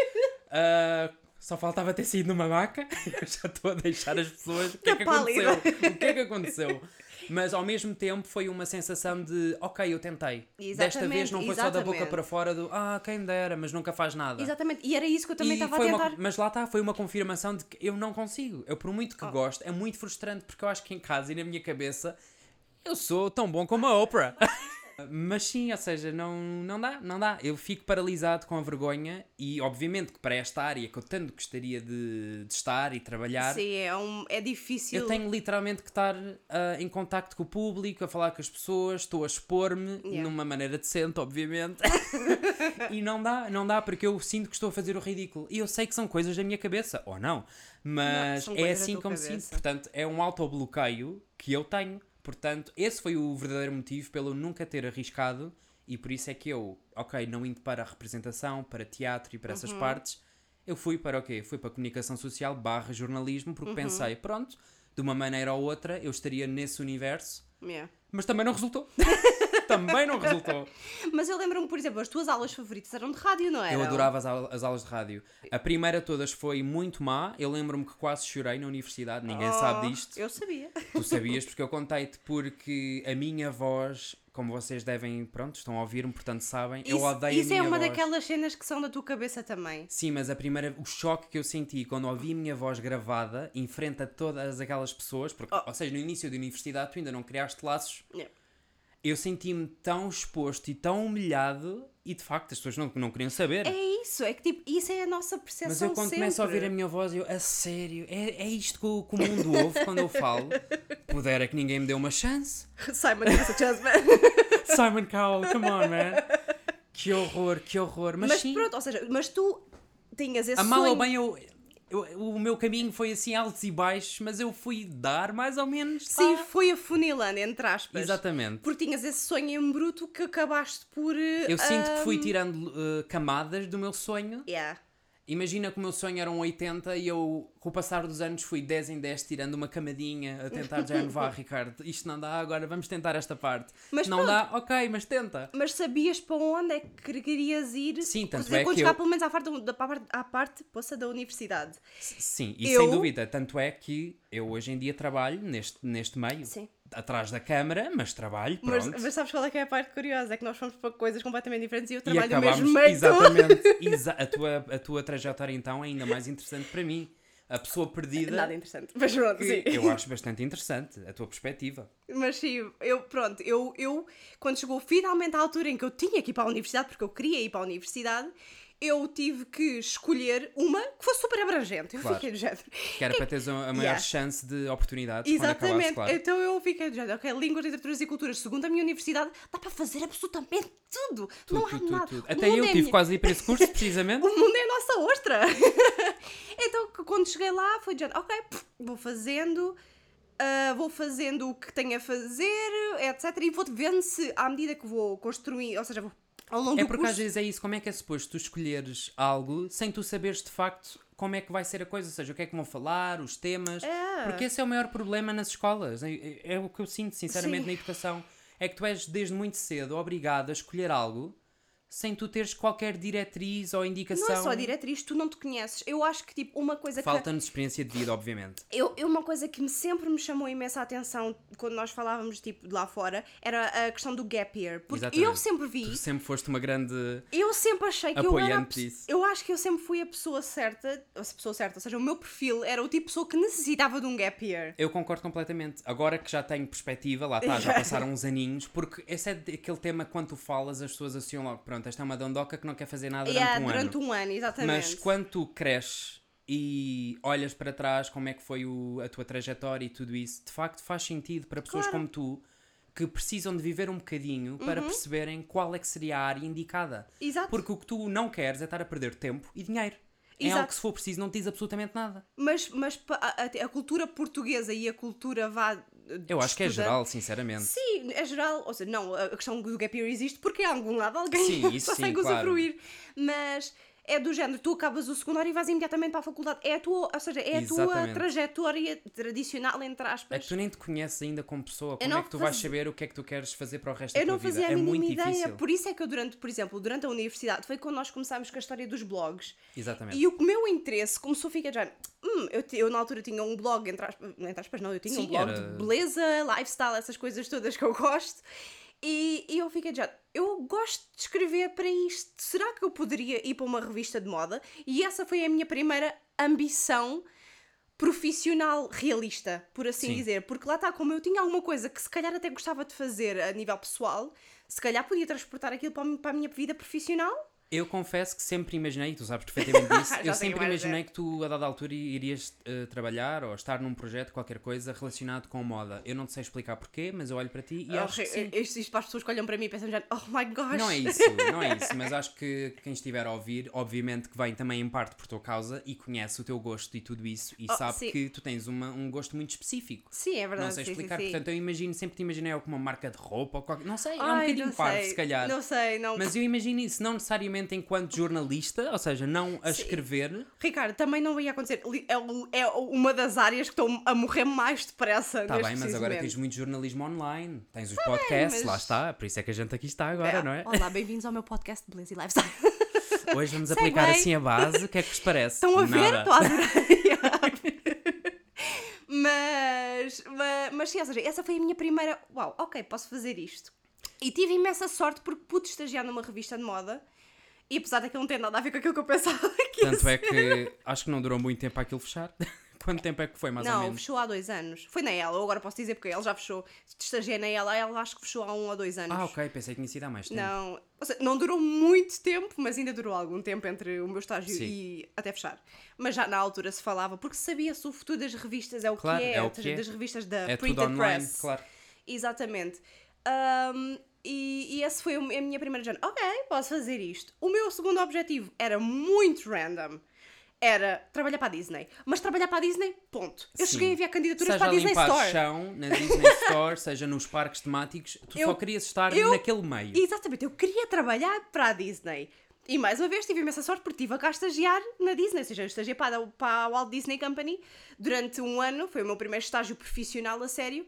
Speaker 2: ah, só faltava ter saído numa maca. Eu já estou a deixar as pessoas. O que é que
Speaker 1: Na pálida.
Speaker 2: aconteceu? O que é que aconteceu? Mas ao mesmo tempo foi uma sensação de ok, eu tentei. Desta
Speaker 1: Exatamente,
Speaker 2: vez não foi só da boca
Speaker 1: exatamente.
Speaker 2: para fora do ah, quem dera, mas nunca faz nada.
Speaker 1: Exatamente. E era isso que eu também
Speaker 2: um E
Speaker 1: estava a
Speaker 2: foi uma-
Speaker 1: tentar.
Speaker 2: mas lá está, foi uma confirmação de que eu não consigo. Eu, por muito que
Speaker 1: Oh.
Speaker 2: gosto, é muito frustrante porque eu acho que em casa e na minha cabeça eu sou tão bom como a Oprah. mas sim, ou seja, não, não dá, não dá. Eu fico paralisado com a vergonha e, obviamente, que para esta área que eu tanto gostaria de, de estar e trabalhar.
Speaker 1: Sim, é, um, é difícil.
Speaker 2: Eu tenho literalmente que estar ah, em contacto com o público, a falar com as pessoas, estou a expor-me
Speaker 1: Yeah.
Speaker 2: numa maneira decente, obviamente. e não dá, não dá, porque eu sinto que estou a fazer o ridículo. E eu sei que são coisas da minha cabeça, ou não, mas
Speaker 1: são
Speaker 2: é
Speaker 1: coisas da
Speaker 2: assim
Speaker 1: tua
Speaker 2: como
Speaker 1: cabeça.
Speaker 2: sinto. Portanto, é um autobloqueio que eu tenho. Portanto, esse foi o verdadeiro motivo pelo eu nunca ter arriscado. E por isso é que eu, ok, não indo para a representação, para teatro e para
Speaker 1: Uhum.
Speaker 2: essas partes, eu fui para o quê? Fui para comunicação social barra jornalismo,
Speaker 1: Uhum.
Speaker 2: porque pensei, pronto, de uma maneira ou outra eu estaria nesse universo,
Speaker 1: Yeah.
Speaker 2: mas também não resultou. também não resultou.
Speaker 1: Mas eu lembro-me, por exemplo, as tuas aulas favoritas eram de rádio, não eram?
Speaker 2: Eu adorava as, au- as aulas de rádio. A primeira de todas foi muito má. Eu lembro-me que quase chorei na universidade. Ninguém
Speaker 1: Oh,
Speaker 2: sabe disto.
Speaker 1: Eu sabia.
Speaker 2: Tu sabias porque eu contei-te porque a minha voz, como vocês devem, pronto, estão a ouvir-me, portanto sabem, eu
Speaker 1: isso
Speaker 2: odeio
Speaker 1: isso
Speaker 2: a minha
Speaker 1: é uma
Speaker 2: voz.
Speaker 1: daquelas cenas que são da tua cabeça também.
Speaker 2: Sim, mas a primeira, o choque que eu senti quando ouvi a minha voz gravada em frente a todas aquelas pessoas, porque,
Speaker 1: Oh.
Speaker 2: ou seja, no início da universidade tu ainda não criaste laços,
Speaker 1: Yeah.
Speaker 2: eu senti-me tão exposto e tão humilhado e de facto as pessoas não, não queriam saber.
Speaker 1: É isso, é que tipo, isso é a nossa
Speaker 2: Mas
Speaker 1: percepção
Speaker 2: eu quando
Speaker 1: sempre.
Speaker 2: começo a ouvir a minha voz, eu, a sério, é, é isto que o, que o mundo ouve quando eu falo? Pudera que ninguém me deu uma chance.
Speaker 1: Simon Goes to Jazz Band.
Speaker 2: Simon Cowell, come on, man. Que horror, que horror. Mas,
Speaker 1: Mas
Speaker 2: sim,
Speaker 1: pronto, ou seja, mas tu tinhas esse
Speaker 2: a mal ou
Speaker 1: sonho.
Speaker 2: bem, eu, eu- o meu caminho foi assim altos e baixos, mas eu fui dar mais ou menos.
Speaker 1: Sim,
Speaker 2: pá.
Speaker 1: foi afunilando, entre aspas.
Speaker 2: Exatamente.
Speaker 1: Porque tinhas esse sonho em bruto que acabaste por. eh, ah,
Speaker 2: Eu sinto que fui tirando uh, camadas do meu sonho.
Speaker 1: Yeah.
Speaker 2: Imagina que o meu sonho era um 80 e eu, com o passar dos anos, fui 10 em 10 tirando uma camadinha a tentar já vá, Ricardo. Isto não dá agora, vamos tentar esta parte.
Speaker 1: Mas
Speaker 2: não dá, ok, mas tenta.
Speaker 1: Mas sabias para onde é que querias ir?
Speaker 2: Sim, tanto
Speaker 1: Quer dizer,
Speaker 2: é
Speaker 1: quando
Speaker 2: que
Speaker 1: chegar
Speaker 2: eu-
Speaker 1: pelo menos à parte, da, à parte, à parte poça, da universidade.
Speaker 2: Sim, e
Speaker 1: Eu-
Speaker 2: sem dúvida. Tanto é que eu hoje em dia trabalho neste, neste meio.
Speaker 1: Sim.
Speaker 2: Atrás da câmara, mas trabalho,
Speaker 1: Mas,
Speaker 2: pronto.
Speaker 1: mas sabes qual é que é a parte curiosa? É que nós fomos para coisas completamente diferentes e eu
Speaker 2: E
Speaker 1: trabalho no mesmo
Speaker 2: acabámos
Speaker 1: meio. que tu.
Speaker 2: exatamente. exa- a, tua, a tua trajetória então é ainda mais interessante para mim. A pessoa perdida.
Speaker 1: Nada interessante. Mas pronto,
Speaker 2: que
Speaker 1: sim.
Speaker 2: eu acho bastante interessante a tua perspectiva.
Speaker 1: Mas sim, eu, pronto, eu, eu, quando chegou finalmente a altura em que eu tinha que ir para a universidade, porque eu queria ir para a universidade, eu tive que escolher uma que fosse super abrangente. Eu
Speaker 2: Claro.
Speaker 1: fiquei do género.
Speaker 2: Que era para teres a a maior
Speaker 1: Yeah.
Speaker 2: chance de oportunidades quando acabasse,
Speaker 1: Exatamente.
Speaker 2: claro.
Speaker 1: Então eu fiquei do género, ok, línguas, literaturas e culturas, segundo a minha universidade, dá para fazer absolutamente tudo. não há
Speaker 2: Tudo, tudo,
Speaker 1: nada.
Speaker 2: tudo.
Speaker 1: O
Speaker 2: Até
Speaker 1: mundo
Speaker 2: eu
Speaker 1: é a
Speaker 2: tive
Speaker 1: minha-
Speaker 2: quase ir para esse curso, precisamente.
Speaker 1: O mundo é a nossa ostra. então que- quando cheguei lá foi do género, ok, pff, vou fazendo. ah, vou fazendo o que tenho a fazer, etc. E vou vendo se, à medida que vou construir, ou seja, vou ao longo
Speaker 2: É
Speaker 1: do
Speaker 2: porque às
Speaker 1: curso,
Speaker 2: vezes é isso, como é que é suposto tu escolheres algo sem tu saberes de facto como é que vai ser a coisa, ou seja, o que é que vão falar, os temas,
Speaker 1: É.
Speaker 2: porque esse é o maior problema nas escolas, é, é- é o que eu sinto sinceramente
Speaker 1: Sim.
Speaker 2: na educação, é que tu és desde muito cedo obrigado a escolher algo sem tu teres qualquer diretriz ou indicação.
Speaker 1: Não é só diretriz, tu não te conheces. Eu acho que, tipo, uma coisa que.
Speaker 2: Falta-nos experiência de vida, obviamente.
Speaker 1: Eu, eu- uma coisa que me- sempre me chamou imensa atenção quando nós falávamos tipo de lá fora era a questão do gap year. Porque eu
Speaker 2: Exatamente.
Speaker 1: sempre vi,
Speaker 2: Tu sempre foste uma grande.
Speaker 1: eu sempre achei que eu era. a
Speaker 2: Apoiante
Speaker 1: pe-
Speaker 2: disso.
Speaker 1: Eu acho que eu sempre fui a pessoa certa, a pessoa certa, ou seja, o meu perfil era o tipo de pessoa que necessitava de um gap year.
Speaker 2: Eu concordo completamente. Agora que já tenho perspectiva, lá está, já passaram uns aninhos, porque esse é de- aquele tema que quando tu falas, as pessoas associam logo, pronto, esta é uma dondoca que não quer fazer nada
Speaker 1: Durante,
Speaker 2: durante um ano.
Speaker 1: durante um ano, exatamente.
Speaker 2: Mas quando tu cresces e olhas para trás como é que foi o- a tua trajetória e tudo isso, de facto faz sentido para pessoas
Speaker 1: Claro. Uhum.
Speaker 2: como tu que precisam de viver um bocadinho para perceberem qual é que seria a área indicada.
Speaker 1: Exato.
Speaker 2: Porque o que tu não queres é estar a perder tempo e dinheiro. É
Speaker 1: Exato.
Speaker 2: algo que se for preciso não te diz absolutamente nada.
Speaker 1: Mas, mas pa- a, a- a cultura portuguesa e a cultura vá. eh,
Speaker 2: Eu acho que é
Speaker 1: estudante-
Speaker 2: geral, sinceramente.
Speaker 1: Sim, é geral, ou seja, não, a a questão do gap year used porque há algum lado alguém
Speaker 2: Sim, isso
Speaker 1: consegue
Speaker 2: sim, claro.
Speaker 1: usufruir, mas é do género, tu acabas o secundário e vais imediatamente para a faculdade, é a tua, ou seja, é a tua
Speaker 2: Exatamente.
Speaker 1: trajetória tradicional, entre
Speaker 2: É
Speaker 1: aspas.
Speaker 2: que tu nem te conheces ainda como pessoa. Como
Speaker 1: não
Speaker 2: é que tu vais
Speaker 1: fazia-
Speaker 2: saber o que é que tu queres fazer para o resto
Speaker 1: eu
Speaker 2: da
Speaker 1: não
Speaker 2: tua vida?
Speaker 1: fazia a
Speaker 2: é
Speaker 1: mínima
Speaker 2: muito
Speaker 1: ideia,
Speaker 2: difícil.
Speaker 1: por isso é que eu durante, por exemplo, durante a universidade, foi quando nós começámos com a história dos blogs,
Speaker 2: Exatamente.
Speaker 1: e o meu interesse começou a ficar já. Hum, eu, ti- eu na altura tinha um blog, entre aspas, entre aspas não, eu tinha um
Speaker 2: Sim,
Speaker 1: blog
Speaker 2: era-
Speaker 1: de beleza, lifestyle, essas coisas todas que eu gosto. E, e eu fiquei já. Eu gosto de escrever para isto. Será que eu poderia ir para uma revista de moda? E essa foi a minha primeira ambição profissional realista, por assim
Speaker 2: Sim.
Speaker 1: dizer. Porque lá está, como eu tinha alguma coisa que se calhar até gostava de fazer a nível pessoal, se calhar podia transportar aquilo para a mi- para a minha vida profissional.
Speaker 2: Eu confesso que sempre imaginei, e tu sabes perfeitamente disso,
Speaker 1: Já sei o
Speaker 2: eu
Speaker 1: que
Speaker 2: sempre
Speaker 1: vais
Speaker 2: imaginei que tu a dada altura irias eh, trabalhar ou estar num projeto, qualquer coisa relacionado com moda. Eu não te sei explicar porquê, mas eu olho para ti e acho que sim.
Speaker 1: Isto, isto para as pessoas que olham para mim e pensam já, oh my gosh.
Speaker 2: Não é isso, não é isso, mas acho que quem estiver a ouvir, obviamente que vem também em parte por tua causa e conhece o teu gosto e tudo isso e
Speaker 1: Oh,
Speaker 2: sabe
Speaker 1: sim.
Speaker 2: que tu tens uma- um gosto muito específico.
Speaker 1: Sim, é verdade.
Speaker 2: não sei
Speaker 1: sim,
Speaker 2: explicar,
Speaker 1: sim, sim.
Speaker 2: portanto eu imagino, sempre te imaginei alguma marca de roupa ou qualquer... Não sei, é um
Speaker 1: Ai,
Speaker 2: bocadinho
Speaker 1: não
Speaker 2: parvo
Speaker 1: sei,
Speaker 2: se calhar.
Speaker 1: Não sei, não.
Speaker 2: Mas eu imagino isso, não necessariamente enquanto jornalista, ou seja, não a escrever,
Speaker 1: Ricardo, também não ia acontecer. Li- É, o- é uma das áreas que estão a morrer mais depressa.
Speaker 2: Está
Speaker 1: neste
Speaker 2: tá bem, mas
Speaker 1: preciso
Speaker 2: agora
Speaker 1: momento.
Speaker 2: tens muito jornalismo online, tens os podcasts,
Speaker 1: Tá mas-
Speaker 2: lá está, por isso é que a gente aqui está agora,
Speaker 1: É.
Speaker 2: não é?
Speaker 1: Olá, bem-vindos ao meu podcast de Beleza e Lifestyle.
Speaker 2: Hoje vamos
Speaker 1: Segue
Speaker 2: aplicar
Speaker 1: bem.
Speaker 2: assim a base, o que é que vos parece?
Speaker 1: Estão a ver?
Speaker 2: Nada.
Speaker 1: Estou a adorar. mas, mas, mas sim, ou seja, essa foi a minha primeira. Uau, ok, posso fazer isto. E tive imensa sorte porque pude estagiar numa revista de moda e apesar daquilo não ter nada a ver com aquilo que eu pensava que ia
Speaker 2: Tanto é que acho que não durou muito tempo aquilo fechar. Quanto tempo é que foi, mais ou
Speaker 1: Não,
Speaker 2: menos?
Speaker 1: fechou há dois anos. Foi na ela, eu agora posso dizer porque ela já fechou. Estagiei na ela, ela acho que fechou há um ou dois anos.
Speaker 2: Ah, ok, pensei que tinha sido há mais tempo.
Speaker 1: Não, ou seja, não durou muito tempo, mas ainda durou algum tempo entre o meu estágio
Speaker 2: Sim.
Speaker 1: e até fechar. Mas já na altura se falava, porque sabia-se o futuro das revistas, é o
Speaker 2: Claro,
Speaker 1: que é,
Speaker 2: é o
Speaker 1: ou seja,
Speaker 2: que é.
Speaker 1: das revistas da
Speaker 2: É
Speaker 1: Printed
Speaker 2: tudo online,
Speaker 1: Press.
Speaker 2: claro.
Speaker 1: Exatamente. Ahm, e, e esse foi o- a minha primeira género. Ok, posso fazer isto. O meu segundo objetivo era muito random. Era trabalhar para a Disney. Mas trabalhar para a Disney, ponto. Eu
Speaker 2: Sim.
Speaker 1: cheguei a enviar candidaturas
Speaker 2: Seja
Speaker 1: para a Disney
Speaker 2: limpar
Speaker 1: Store.
Speaker 2: chão, na Disney Store, seja nos parques temáticos, tu
Speaker 1: Eu-
Speaker 2: só querias estar
Speaker 1: eu-
Speaker 2: naquele meio.
Speaker 1: Exatamente, eu queria trabalhar para a Disney. E mais uma vez tive imensa sorte porque estive a cá estagiar na Disney, ou seja, eu estagiei para a, para a Walt Disney Company durante um ano, foi o meu primeiro estágio profissional a sério.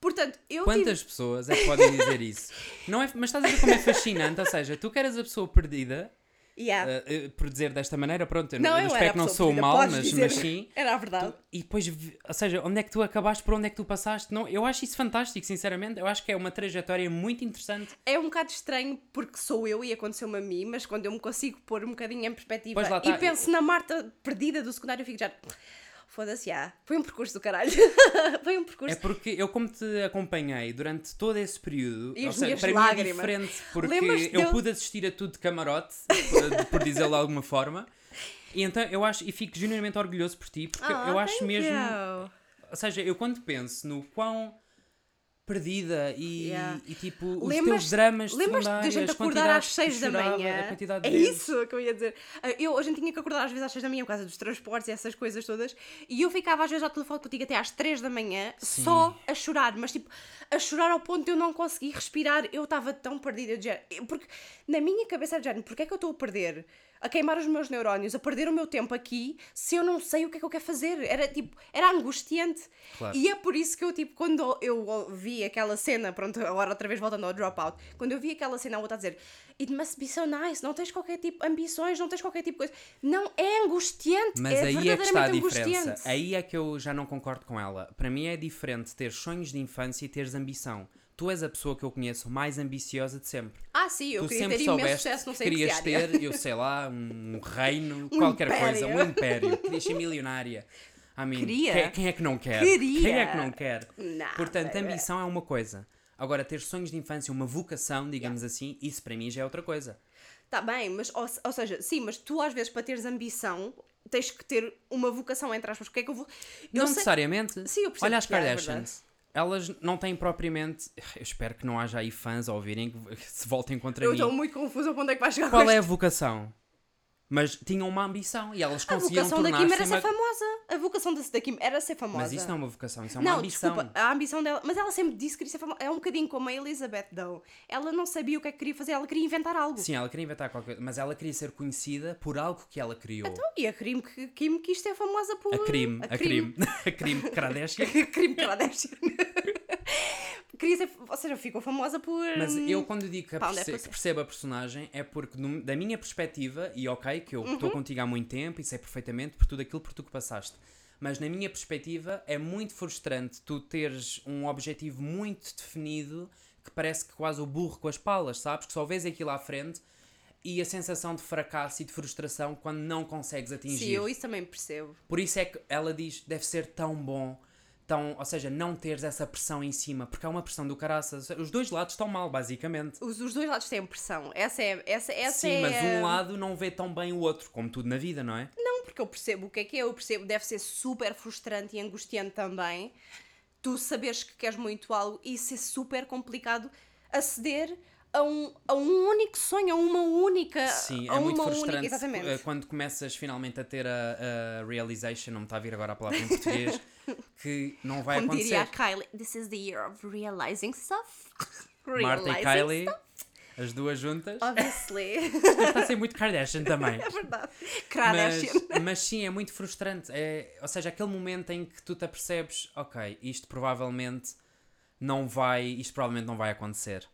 Speaker 1: Portanto, eu tive-
Speaker 2: Quantas pessoas é que podem dizer isso? Não é, mas estás a ver como é fascinante, ou seja, tu que eras a pessoa perdida
Speaker 1: Yeah.
Speaker 2: Uh, uh, por dizer desta maneira, pronto, eu
Speaker 1: Ah. não,
Speaker 2: não,
Speaker 1: eu
Speaker 2: espero
Speaker 1: era
Speaker 2: que não
Speaker 1: a pessoa
Speaker 2: sou o
Speaker 1: perdida,
Speaker 2: mal,
Speaker 1: podes
Speaker 2: mas,
Speaker 1: dizer.
Speaker 2: mas sim.
Speaker 1: Era a verdade.
Speaker 2: E depois, vi- ou seja, onde é que tu acabaste, por onde é que tu passaste? Não, eu acho isso fantástico, sinceramente. Eu acho que é uma trajetória muito interessante.
Speaker 1: É um bocado estranho porque sou eu e aconteceu-me a mim, mas quando eu me consigo pôr um bocadinho em perspectiva
Speaker 2: Pois lá
Speaker 1: e
Speaker 2: tá.
Speaker 1: penso na Marta perdida do secundário, eu fico já. Foda-se, já. Foi um percurso do caralho. Foi um percurso.
Speaker 2: É porque eu, como te acompanhei durante todo esse período,
Speaker 1: E
Speaker 2: ou
Speaker 1: as
Speaker 2: seja,
Speaker 1: minhas
Speaker 2: para mim é
Speaker 1: lágrimas.
Speaker 2: diferente, porque
Speaker 1: Lembras-te
Speaker 2: eu
Speaker 1: de um? eu-
Speaker 2: pude assistir a tudo de camarote, por- por dizer de alguma forma. E então eu acho, e fico genuinamente orgulhoso por ti, É porque
Speaker 1: Ah,
Speaker 2: eu acho
Speaker 1: thank
Speaker 2: mesmo.
Speaker 1: you.
Speaker 2: Ou seja, eu quando penso no quão perdida e,
Speaker 1: Yeah.
Speaker 2: e, tipo os
Speaker 1: Lembras-
Speaker 2: teus dramas
Speaker 1: Lembras-te da
Speaker 2: secundários,
Speaker 1: gente
Speaker 2: as
Speaker 1: acordar às
Speaker 2: quantidades que
Speaker 1: 6 da
Speaker 2: chorava,
Speaker 1: manhã?
Speaker 2: a quantidade
Speaker 1: É
Speaker 2: de vezes.
Speaker 1: isso que eu ia dizer. Ah, Eu, a gente tinha que acordar às vezes às 6 da manhã por causa dos transportes e essas coisas todas. E eu ficava às vezes ao telefone contigo até às 3 da manhã só a chorar, mas tipo, a chorar ao ponto de eu não conseguir respirar. Eu estava tão perdida de género. Eu- Porque na minha cabeça era de género, porque é que eu estou a perder? A queimar os meus neurónios, a perder o meu tempo aqui, se eu não sei o que é que eu quero fazer. Era tipo, era angustiante.
Speaker 2: Claro.
Speaker 1: E é por isso que eu, tipo, quando eu ouvi vi aquela cena, pronto, agora outra vez voltando ao dropout, quando eu vi aquela cena, a outra a dizer It must be so nice, não tens qualquer tipo de ambições, não tens qualquer tipo de coisa. Não, é angustiante,
Speaker 2: Mas
Speaker 1: é
Speaker 2: aí é que
Speaker 1: verdadeiramente
Speaker 2: está a diferença.
Speaker 1: angustiante.
Speaker 2: Aí é que eu já não concordo com ela. Para mim é diferente ter sonhos de infância e teres ambição. Tu és a pessoa que eu conheço mais ambiciosa de sempre.
Speaker 1: Ah, sim, eu
Speaker 2: tu
Speaker 1: queria
Speaker 2: sempre
Speaker 1: ter imenso
Speaker 2: soubeste
Speaker 1: sucesso, não
Speaker 2: que
Speaker 1: sei em que
Speaker 2: querias
Speaker 1: área.
Speaker 2: ter, eu sei lá, um reino, qualquer coisa, um império. Querias ser milionária. I mean,
Speaker 1: Queria.
Speaker 2: Quem, quem é que não quer?
Speaker 1: Queria.
Speaker 2: Quem é que não quer?
Speaker 1: Não,
Speaker 2: Portanto,
Speaker 1: baby.
Speaker 2: ambição é uma coisa. Agora, ter sonhos de infância, uma vocação, digamos assim, isso para mim já é outra coisa.
Speaker 1: Tá bem, mas ou, se- ou seja, sim, mas tu às vezes para teres ambição tens que ter uma vocação entre aspas. Porque é que eu vou. Eu
Speaker 2: não
Speaker 1: sei-
Speaker 2: necessariamente.
Speaker 1: Sim, eu percebo
Speaker 2: Olha as
Speaker 1: que é, é
Speaker 2: Kardashians. elas não têm propriamente. Eu espero que não haja aí fãs a ouvirem que se voltem contra
Speaker 1: Eu
Speaker 2: mim.
Speaker 1: estou muito confusa para onde é que vai chegar
Speaker 2: Qual
Speaker 1: com
Speaker 2: é a
Speaker 1: isto.
Speaker 2: vocação? Mas tinham uma ambição e elas
Speaker 1: a
Speaker 2: conseguiram
Speaker 1: vocação da
Speaker 2: tornar-se.
Speaker 1: Kim era ser
Speaker 2: uma-
Speaker 1: famosa. A vocação da, da Kim era ser famosa.
Speaker 2: Mas isso não é uma vocação, isso é uma
Speaker 1: Não,
Speaker 2: ambição.
Speaker 1: desculpa, a ambição dela. Mas ela sempre disse que queria ser famosa. É um bocadinho como a Elizabeth Dow. Ela não sabia o que é que queria fazer, ela queria inventar algo.
Speaker 2: Sim, ela queria inventar qualquer coisa, mas ela queria ser conhecida por algo que ela criou.
Speaker 1: Então, e a Kim, que- Kim quis ser famosa por.
Speaker 2: a crime, a
Speaker 1: Kim.
Speaker 2: crime, a crime Kardashian.
Speaker 1: crime Kardashian. Queria ser, ou seja, ficou famosa por.
Speaker 2: Mas
Speaker 1: hum,
Speaker 2: eu quando digo que, a
Speaker 1: Pound é
Speaker 2: perce-
Speaker 1: pussy.
Speaker 2: que percebo a personagem é porque num- da minha perspectiva, e ok, que eu
Speaker 1: Uhum.
Speaker 2: estou contigo há muito tempo e sei perfeitamente por tudo aquilo por tu que passaste. Mas na minha perspectiva é muito frustrante tu teres um objetivo muito definido que parece que quase o burro com as palas, sabes? Que só vês aquilo à frente e a sensação de fracasso e de frustração quando não consegues atingir.
Speaker 1: Sim, eu isso também percebo.
Speaker 2: Por isso é que ela diz, deve ser tão bom, tão, ou seja, não teres essa pressão em cima, porque há uma pressão do caraças. Os dois lados estão mal, basicamente.
Speaker 1: Os, os dois lados têm pressão. Essa é. Essa, essa
Speaker 2: Sim,
Speaker 1: é...
Speaker 2: mas um lado não vê tão bem o outro, como tudo na vida, não é?
Speaker 1: Não, porque eu percebo o que é que é, eu percebo, deve ser super frustrante e angustiante também. Tu saberes que queres muito algo e ser super complicado aceder a um, a um único sonho, a uma única.
Speaker 2: Sim,
Speaker 1: a
Speaker 2: é muito
Speaker 1: uma
Speaker 2: frustrante
Speaker 1: única, exatamente.
Speaker 2: eh, quando começas finalmente a ter a, a realization, não me está a vir agora a palavra em português, que não vai
Speaker 1: Como diria a
Speaker 2: acontecer.
Speaker 1: Kylie, this is the year of realizing stuff.
Speaker 2: Marta e
Speaker 1: Realizing
Speaker 2: Kylie,
Speaker 1: então.
Speaker 2: as duas juntas.
Speaker 1: Obviously.
Speaker 2: Está a ser muito Kardashian também.
Speaker 1: é verdade.
Speaker 2: mas,
Speaker 1: Kardashian.
Speaker 2: mas sim, é muito frustrante. É, ou seja, aquele momento em que tu te apercebes, ok, isto provavelmente não vai, isto provavelmente não vai acontecer.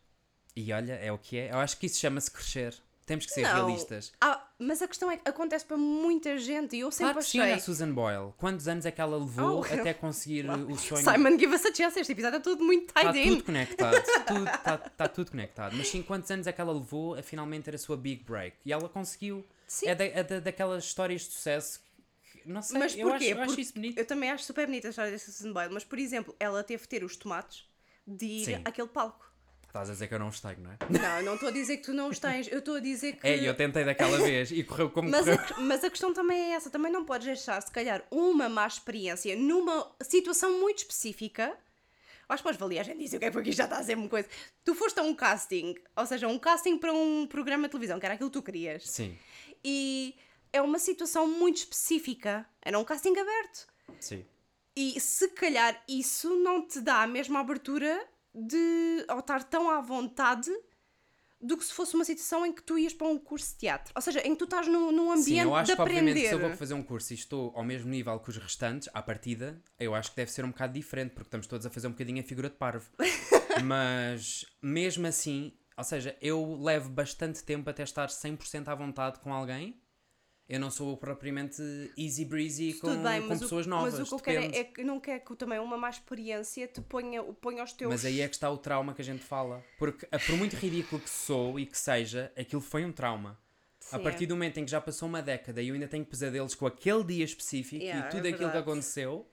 Speaker 2: E olha, é o que é. Eu acho que isso chama-se crescer. Temos que ser
Speaker 1: Não.
Speaker 2: é realistas.
Speaker 1: Ah, mas a questão é que acontece para muita gente e eu sempre
Speaker 2: Claro que sim, é
Speaker 1: achei.
Speaker 2: olha a Susan Boyle. Quantos anos é que ela levou
Speaker 1: Oh,
Speaker 2: até conseguir o sonho?
Speaker 1: Simon, give us a chance. Este episódio é tudo muito
Speaker 2: Está
Speaker 1: tied in.
Speaker 2: Tá tudo conectado. Está tudo, tá- tá tudo conectado. Mas sim, quantos anos é que ela levou a finalmente ter a sua big break? E ela conseguiu.
Speaker 1: Sim.
Speaker 2: É, da, é da- daquelas histórias de sucesso. que- não sei,
Speaker 1: Mas
Speaker 2: eu, acho,
Speaker 1: porquê?
Speaker 2: eu acho
Speaker 1: Porque
Speaker 2: isso bonito.
Speaker 1: Eu também acho super bonita a história da Susan Boyle, mas por exemplo, ela teve que ter os tomates de ir
Speaker 2: Sim.
Speaker 1: àquele palco.
Speaker 2: Estás a dizer que eu não os tenho, não é?
Speaker 1: Não, eu não estou a dizer que tu não os tens, eu estou a dizer que.
Speaker 2: É, eu tentei daquela vez e correu como
Speaker 1: mas, é- a,
Speaker 2: correu.
Speaker 1: mas a questão também é essa, também não podes deixar, se calhar, uma má experiência numa situação muito específica. Acho que podes valer a gente dizer o que é porque isto já está a ser uma coisa. Tu foste a um casting, ou seja, um casting para um programa de televisão, que era aquilo que tu querias.
Speaker 2: Sim,
Speaker 1: E é uma situação muito específica. Era um casting aberto.
Speaker 2: sim.
Speaker 1: E se calhar isso não te dá a mesma abertura de ou estar tão à vontade do que se fosse uma situação em que tu ias para um curso de teatro. Ou seja, em que tu estás num, num ambiente
Speaker 2: Sim, eu acho
Speaker 1: de
Speaker 2: que obviamente se eu vou
Speaker 1: aprender.
Speaker 2: fazer um curso e estou ao mesmo nível que os restantes, à partida, eu acho que deve ser um bocado diferente, porque estamos todos a fazer um bocadinho a figura de parvo. Mas mesmo assim, ou seja, eu levo bastante tempo até estar 100% à vontade com alguém. Eu não sou propriamente easy breezy com,
Speaker 1: Tudo bem,
Speaker 2: com
Speaker 1: mas,
Speaker 2: pessoas
Speaker 1: o,
Speaker 2: novas.
Speaker 1: mas o que eu quero
Speaker 2: depende.
Speaker 1: é, é que não quero que também uma má experiência te ponha, ponha os teus.
Speaker 2: Mas aí é que está o trauma que a gente fala. Porque, ah, por muito ridículo que sou e que seja, aquilo foi um trauma. A
Speaker 1: Sim. é.
Speaker 2: partir do momento em que já passou uma década e eu ainda tenho pesadelos com aquele dia específico
Speaker 1: Yeah,
Speaker 2: e
Speaker 1: é
Speaker 2: tudo aquilo que
Speaker 1: verdade.
Speaker 2: aconteceu,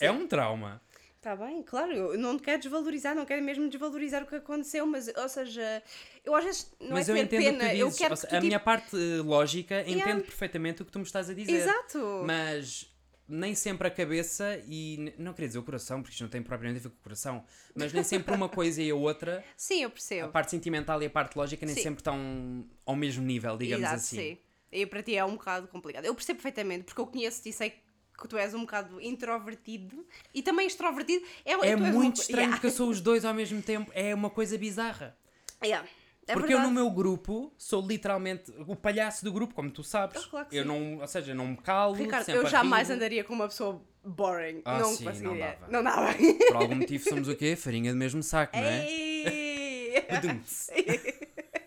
Speaker 2: é um trauma.
Speaker 1: Está Tá bem, claro, eu não quero desvalorizar, não quero mesmo desvalorizar o que aconteceu, mas, ou seja, eu às vezes não
Speaker 2: Mas
Speaker 1: é
Speaker 2: eu
Speaker 1: ter
Speaker 2: entendo o
Speaker 1: pena,
Speaker 2: que tu
Speaker 1: eu
Speaker 2: dizes.
Speaker 1: quero
Speaker 2: Ou
Speaker 1: que
Speaker 2: seja,
Speaker 1: tu,
Speaker 2: a
Speaker 1: tipo,
Speaker 2: minha parte eh, lógica
Speaker 1: Yeah.
Speaker 2: entende perfeitamente o que tu me estás a dizer.
Speaker 1: Exato.
Speaker 2: Mas nem sempre a cabeça e. n- Não queria dizer o coração, porque isto não tem propriamente a ver com o coração, mas nem sempre uma coisa e a outra,
Speaker 1: Sim, eu
Speaker 2: a
Speaker 1: percebo.
Speaker 2: parte sentimental e a parte lógica, nem
Speaker 1: Sim.
Speaker 2: sempre estão ao mesmo nível, digamos
Speaker 1: Exato,
Speaker 2: assim.
Speaker 1: Sim. E para ti é um bocado complicado. Eu percebo perfeitamente, porque eu conheço-te e sei que tu és um bocado introvertido e também extrovertido. É, tu
Speaker 2: É
Speaker 1: és uma
Speaker 2: muito
Speaker 1: co-
Speaker 2: estranho
Speaker 1: Yeah.
Speaker 2: que eu sou os dois ao mesmo tempo. É uma coisa bizarra.
Speaker 1: Yeah. É
Speaker 2: Porque eu
Speaker 1: verdade.
Speaker 2: no meu grupo sou literalmente o palhaço do grupo, como tu sabes.
Speaker 1: Ah, claro que
Speaker 2: eu
Speaker 1: sim.
Speaker 2: não, ou seja, eu não me calo.
Speaker 1: Ricardo,
Speaker 2: sempre
Speaker 1: eu
Speaker 2: a
Speaker 1: jamais
Speaker 2: rir.
Speaker 1: andaria com uma pessoa boring.
Speaker 2: Ah,
Speaker 1: não
Speaker 2: sim, não
Speaker 1: conseguiria.
Speaker 2: dava.
Speaker 1: Não dava.
Speaker 2: Por algum motivo somos o quê? Farinha do mesmo saco, não é?
Speaker 1: Ei!
Speaker 2: Badum-ts.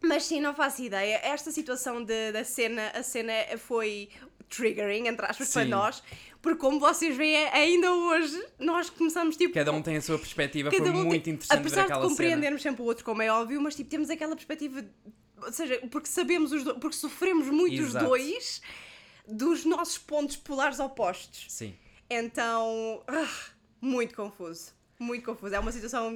Speaker 1: Mas sim, não faço ideia. Esta situação de- da cena, a cena foi triggering, entre aspas, para
Speaker 2: Sim.
Speaker 1: nós, porque como vocês veem, é ainda hoje nós começamos tipo.
Speaker 2: Cada um tem a sua perspectiva, foi
Speaker 1: um
Speaker 2: muito
Speaker 1: tem-
Speaker 2: interessante ver
Speaker 1: Apesar
Speaker 2: aquela
Speaker 1: de
Speaker 2: cena.
Speaker 1: compreendermos sempre o outro, como é óbvio, mas tipo, temos aquela perspectiva. de- Ou seja, porque sabemos os dois, porque sofremos muito
Speaker 2: Exato.
Speaker 1: os dois dos nossos pontos polares opostos.
Speaker 2: Sim.
Speaker 1: Então, ah, muito confuso. Muito confuso. É uma situação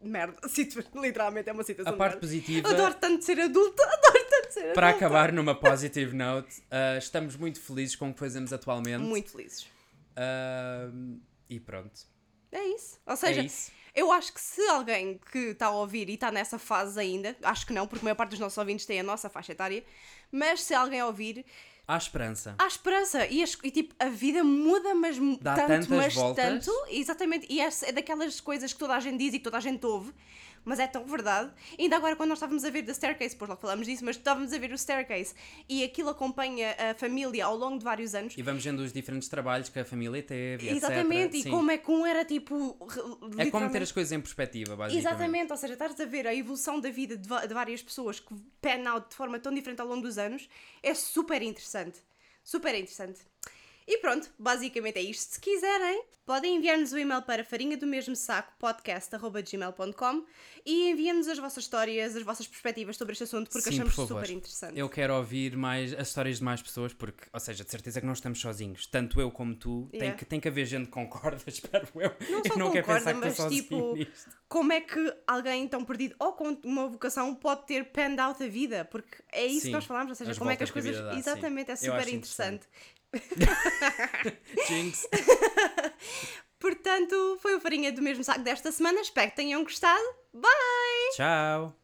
Speaker 1: de merda. Situ- Literalmente é uma situação
Speaker 2: A parte
Speaker 1: de merda.
Speaker 2: positiva,
Speaker 1: Adoro tanto ser adulta, adoro tanto ser
Speaker 2: para
Speaker 1: adulta.
Speaker 2: acabar numa positive note, ah, estamos muito felizes com o que fazemos atualmente.
Speaker 1: Muito felizes.
Speaker 2: Ah, e pronto.
Speaker 1: É isso. Ou seja,
Speaker 2: é isso.
Speaker 1: eu acho que se alguém que está a ouvir e está nessa fase ainda, acho que não, porque a maior parte dos nossos ouvintes tem a nossa faixa etária, mas se alguém ouvir,
Speaker 2: Há esperança.
Speaker 1: há esperança. E, as- e, tipo, a vida muda, mas mu-
Speaker 2: Dá
Speaker 1: tanto,
Speaker 2: tantas
Speaker 1: mas
Speaker 2: voltas.
Speaker 1: tanto. Exatamente. E essa- é daquelas coisas que toda a gente diz e que toda a gente ouve, mas é tão verdade. Ainda agora, quando nós estávamos a ver The Staircase, pois logo falámos disso, mas estávamos a ver o Staircase e aquilo acompanha a família ao longo de vários anos.
Speaker 2: E vamos vendo os diferentes trabalhos que a família teve, etc.
Speaker 1: Exatamente, e
Speaker 2: Sim.
Speaker 1: como é que um era tipo. re-
Speaker 2: É como
Speaker 1: literalmente-
Speaker 2: ter as coisas em perspectiva, basicamente.
Speaker 1: Exatamente, ou seja, estás a ver a evolução da vida de, va- de várias pessoas que pan out de forma tão diferente ao longo dos anos é super interessante. Super interessante. E pronto, basicamente é isto. Se quiserem, podem enviar-nos o e-mail para farinha do mesmo saco podcast.gmail.com e enviem-nos as vossas histórias, as vossas perspectivas sobre este assunto porque
Speaker 2: Sim,
Speaker 1: achamos
Speaker 2: por favor.
Speaker 1: super interessante.
Speaker 2: Eu quero ouvir mais as histórias de mais pessoas, porque, ou seja, de certeza que não estamos sozinhos. Tanto eu como tu. Tem,
Speaker 1: Yeah.
Speaker 2: que, tem que haver gente que concorda, espero eu.
Speaker 1: Não
Speaker 2: eu
Speaker 1: só
Speaker 2: não quero
Speaker 1: concorda,
Speaker 2: pensar que
Speaker 1: mas,
Speaker 2: estou sozinho
Speaker 1: tipo,
Speaker 2: nisto.
Speaker 1: Como é que alguém tão perdido ou com uma vocação pode ter panned out a vida? Porque é isso
Speaker 2: Sim,
Speaker 1: que nós falámos, ou seja,
Speaker 2: as
Speaker 1: como é que
Speaker 2: voltas
Speaker 1: as
Speaker 2: que a
Speaker 1: coisas.
Speaker 2: vida dá, sim.
Speaker 1: Exatamente, é
Speaker 2: Eu
Speaker 1: super
Speaker 2: acho interessante.
Speaker 1: interessante.
Speaker 2: Jinx.
Speaker 1: Portanto, foi o Farinha do mesmo saco desta semana. Espero que tenham gostado. Bye!
Speaker 2: Tchau.